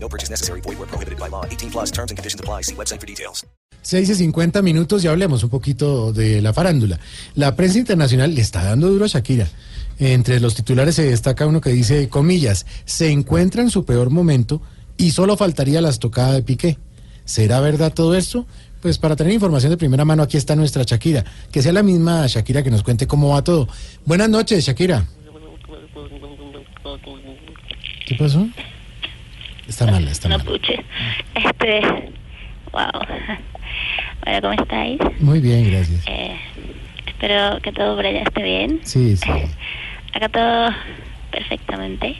No purchase necessary. Void where prohibited by law. 18 plus terms and conditions apply. See website for details. 6 y 50 minutos y hablemos un poquito de la farándula. La prensa internacional le está dando duro a Shakira. Entre los titulares se destaca uno que dice, comillas, se encuentra en su peor momento y solo faltaría la estocada de Piqué. ¿Será verdad todo esto? Pues para tener información de primera mano, aquí está nuestra Shakira. Que sea la misma Shakira que nos cuente cómo va todo. Buenas noches, Shakira. ¿Qué pasó? Está mala, está No mala. puche. Este, wow. Hola, ¿cómo estáis? Muy bien, gracias. Eh, espero que todo por allá esté bien. Sí, sí. Acá todo perfectamente.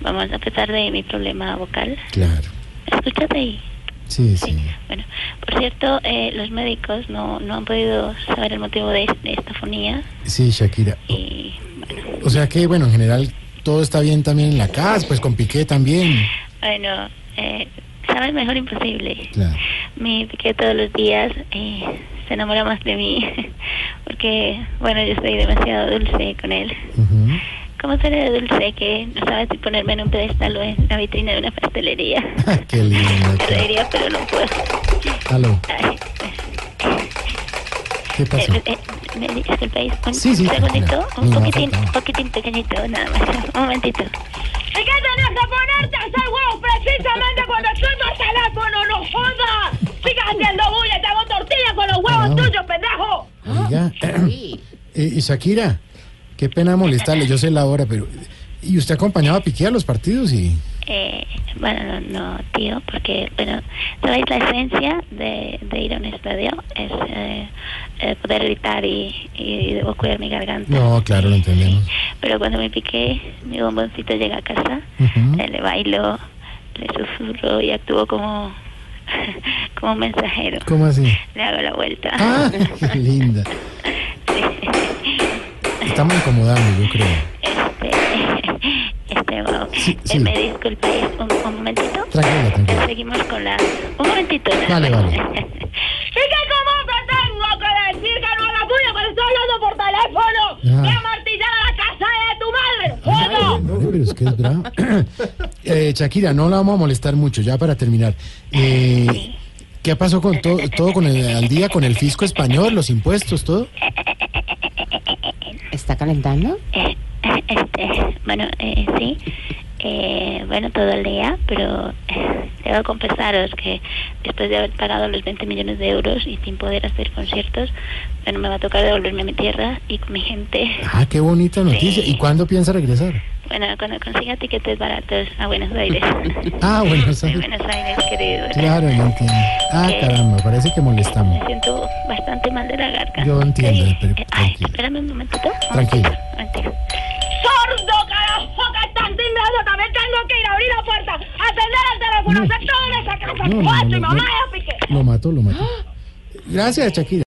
Vamos a pesar de mi problema vocal. Claro. Escúchate ahí. Sí, sí. Bueno, por cierto, eh, los médicos no, no han podido saber el motivo de, de esta fonía. Sí, Shakira. Y bueno, O sea que, bueno, en general todo está bien también en la casa, pues con Piqué también. bueno eh, sabes mejor imposible. Claro. Mi piqué todos los días eh, se enamora más de mí porque, bueno, yo soy demasiado dulce con él. Ujú. ¿Cómo seré de dulce que no sabes si ponerme en un pedestal o en la vitrina de una pastelería? Ah, Qué lindo. Te reiría, pero no puedo. Aló, Ay, ¿qué pasó? eh, eh, ¿Me disculpáis? ¿Un, Sí, sí, un segundito? tranquila. No, Un no, poquitín, faltaba. un poquitín pequeñito, nada más. Un momentito. ¿Y qué tenés que ponerte a hacer huevos precisamente cuando suena el teléfono? ¡No jodas! ¡Sigas haciendo bulla! ¡Te hago tortilla con los huevos Ah. tuyos, pendejo! Oiga, Sí. eh, y Shakira, qué pena molestarle, yo sé la hora, pero... ¿Y usted acompañaba a Piqué a los partidos y...? Eh, bueno, no, no, tío, porque, bueno, sabéis la esencia de, de ir a un estadio es eh, eh, poder gritar y, y debo cuidar mi garganta. No, claro, lo entendemos. Pero cuando me piqué, mi bomboncito llega a casa, Ujú. eh, le bailo, le susurro y actúo como, como un mensajero. ¿Cómo así? Le hago la vuelta. Ah, qué linda. Estamos incomodando, yo creo. Este, este, wow. Sí, sí. Eh, ¿Me disculpáis un, un momentito? Tranquila, tranquila. Seguimos con la... Un momentito. nada Vale, más. vale. ¿Y qué como que tengo que decir que no a la tuya cuando estoy hablando por teléfono? Ah. ¡Voy a martillar a la casa de tu madre! ¡Jodo! Madre, pero es que es bravo. Eh, Shakira, no la vamos a molestar mucho, ya para terminar. Eh, ¿Qué pasó con todo, todo con el, al día con el fisco español, los impuestos, todo? ¿Está calentando? Eh, este, bueno, eh, sí. Eh, bueno, todo el día, pero eh, debo confesaros que después de haber pagado los 20 millones de euros y sin poder hacer conciertos, bueno, me va a tocar devolverme a mi tierra y con mi gente. Ah, qué bonita noticia. ¿Y cuándo piensa regresar? Bueno, cuando consiga tiquetes baratos a Buenos Aires. Ah, Buenos A Aires. Buenos Aires, querido. Claro, yo entiendo. Ah, caramba, parece que molestamos. Me siento bastante mal de la garganta. Yo entiendo, Sí. pero Eh, ay, tranquila. espérame un momentito. Tranquila. Un momentito. ¡Sordo, carajo! ¡Que estás timbrando! También tengo que ir a abrir la puerta, atender el teléfono, hacer todo en esa casa. No, no, no, ¡Cuatro, no, y mamá! no. ya piqué! Lo mató, lo mató. Gracias, Shakira.